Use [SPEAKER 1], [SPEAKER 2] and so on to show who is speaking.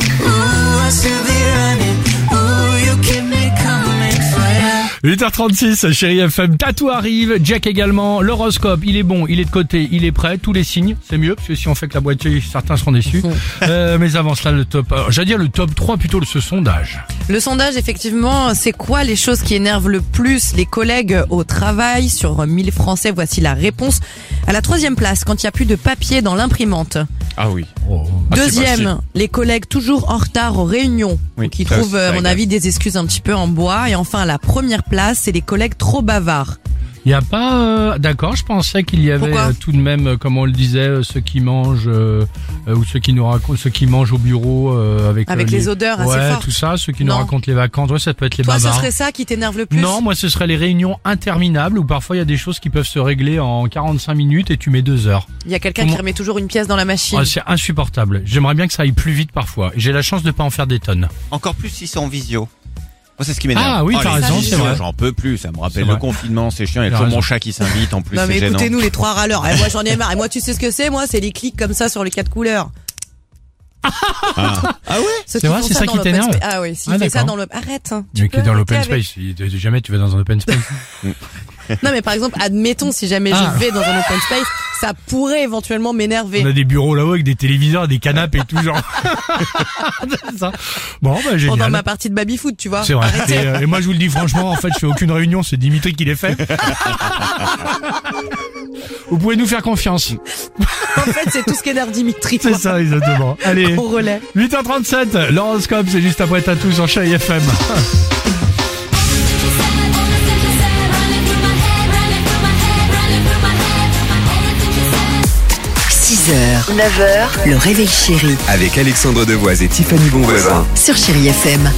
[SPEAKER 1] I still be running. Ooh, you keep me coming for
[SPEAKER 2] 8h36, chérie FM, tatou arrive, Jack également, l'horoscope, il est bon, il est de côté, il est prêt, tous les signes, c'est mieux, parce que si on fait que la boîte, certains seront déçus. Euh, mais avant cela, le top, euh, j'allais dire le top 3, plutôt ce sondage.
[SPEAKER 3] Le sondage, effectivement, c'est quoi les choses qui énervent le plus les collègues au travail Sur 1000 Français, voici la réponse. À la troisième place, quand il n'y a plus de papier dans l'imprimante.
[SPEAKER 4] Ah oui.
[SPEAKER 2] Oh.
[SPEAKER 3] Deuxième, les collègues toujours en retard aux réunions,
[SPEAKER 4] Oui,
[SPEAKER 3] qui
[SPEAKER 4] ça,
[SPEAKER 3] trouvent,
[SPEAKER 4] c'est
[SPEAKER 3] euh, à mon
[SPEAKER 4] agréable.
[SPEAKER 3] avis, des excuses un petit peu en bois. Et enfin, à la première place, c'est les collègues trop bavards.
[SPEAKER 2] Il n'y a pas, euh, d'accord, je pensais qu'il y avait
[SPEAKER 3] Pourquoi
[SPEAKER 2] euh, tout de même, euh, comme on le disait, euh, ceux qui mangent, euh, euh, ou ceux qui nous racontent, ceux qui mangent au bureau, euh, avec,
[SPEAKER 3] Avec
[SPEAKER 2] euh,
[SPEAKER 3] les odeurs assez
[SPEAKER 2] Ouais,
[SPEAKER 3] fortes.
[SPEAKER 2] tout ça, ceux qui
[SPEAKER 3] Non.
[SPEAKER 2] nous racontent les vacances, ouais, ça peut être les
[SPEAKER 3] Toi, ce
[SPEAKER 2] bavards.
[SPEAKER 3] serait ça qui t'énerve le plus
[SPEAKER 2] Bah Non, moi ce serait les réunions interminables où parfois il y a des choses qui peuvent se régler en 45 minutes et tu mets deux heures.
[SPEAKER 3] Il y a quelqu'un qui
[SPEAKER 2] Comment-
[SPEAKER 3] remet toujours une pièce dans la machine.
[SPEAKER 2] Ah, c'est insupportable. J'aimerais bien que ça aille plus vite parfois. J'ai la chance de pas en faire des tonnes.
[SPEAKER 4] Encore plus si c'est en visio. Moi, c'est ce qui m'énerve.
[SPEAKER 2] Ah oui,
[SPEAKER 4] Oh,
[SPEAKER 2] t'as
[SPEAKER 4] les
[SPEAKER 3] raison,
[SPEAKER 4] visios,
[SPEAKER 2] c'est vrai.
[SPEAKER 4] J'en peux plus. Ça me
[SPEAKER 2] C'est
[SPEAKER 4] rappelle
[SPEAKER 2] vrai.
[SPEAKER 4] le confinement, c'est chiant. Il y a
[SPEAKER 2] T'as
[SPEAKER 4] toujours
[SPEAKER 2] raison.
[SPEAKER 4] mon chat qui s'invite. En plus,
[SPEAKER 3] non, mais
[SPEAKER 4] c'est gênant.
[SPEAKER 3] écoutez-nous, les trois râleurs. Eh, moi, j'en ai marre. Et moi, tu sais ce que c'est, moi, c'est les clics comme ça sur les quatre couleurs.
[SPEAKER 4] Ah ouais
[SPEAKER 2] C'est
[SPEAKER 3] Ceux qui
[SPEAKER 2] vrai,
[SPEAKER 3] font
[SPEAKER 2] c'est ça
[SPEAKER 3] dans
[SPEAKER 2] qui
[SPEAKER 3] l'open
[SPEAKER 2] t'énerve
[SPEAKER 3] space- Ah oui, s'il
[SPEAKER 2] Ah,
[SPEAKER 3] fait ça
[SPEAKER 2] d'accord.
[SPEAKER 3] dans le. Arrête. hein. Tu
[SPEAKER 2] Mais qui est
[SPEAKER 3] peux
[SPEAKER 2] dans l'open
[SPEAKER 3] arrêter avec-
[SPEAKER 2] space. Il- Jamais tu vas dans un open space.
[SPEAKER 3] Non, mais par exemple, admettons, si jamais
[SPEAKER 2] Ah.
[SPEAKER 3] je vais dans un open space, ça pourrait éventuellement m'énerver.
[SPEAKER 2] On a des bureaux là-haut avec des téléviseurs, des canapés et tout genre. C'est ça. Bon, bah
[SPEAKER 3] Pendant ma
[SPEAKER 2] génial.
[SPEAKER 3] partie de baby-foot, tu vois.
[SPEAKER 2] C'est vrai. Et, euh, et moi je vous le dis franchement, en fait je fais aucune réunion, c'est Dimitri qui les fait. Vous pouvez nous faire confiance.
[SPEAKER 3] En fait, c'est tout ce qu'énerve Dimitri.
[SPEAKER 2] C'est
[SPEAKER 3] quoi.
[SPEAKER 2] ça exactement. Allez.
[SPEAKER 3] Au relais.
[SPEAKER 2] 8h37, l'horoscope, c'est juste après Tatou sur Chérie FM.
[SPEAKER 5] Everything she said, running through my head, running through my head, running through my head. Everything she
[SPEAKER 6] 6h, 9h,
[SPEAKER 5] said.
[SPEAKER 6] le réveil chéri
[SPEAKER 7] Avec Alexandre Devoise et Tiffany Bonvoisin.
[SPEAKER 6] sur Chérie FM.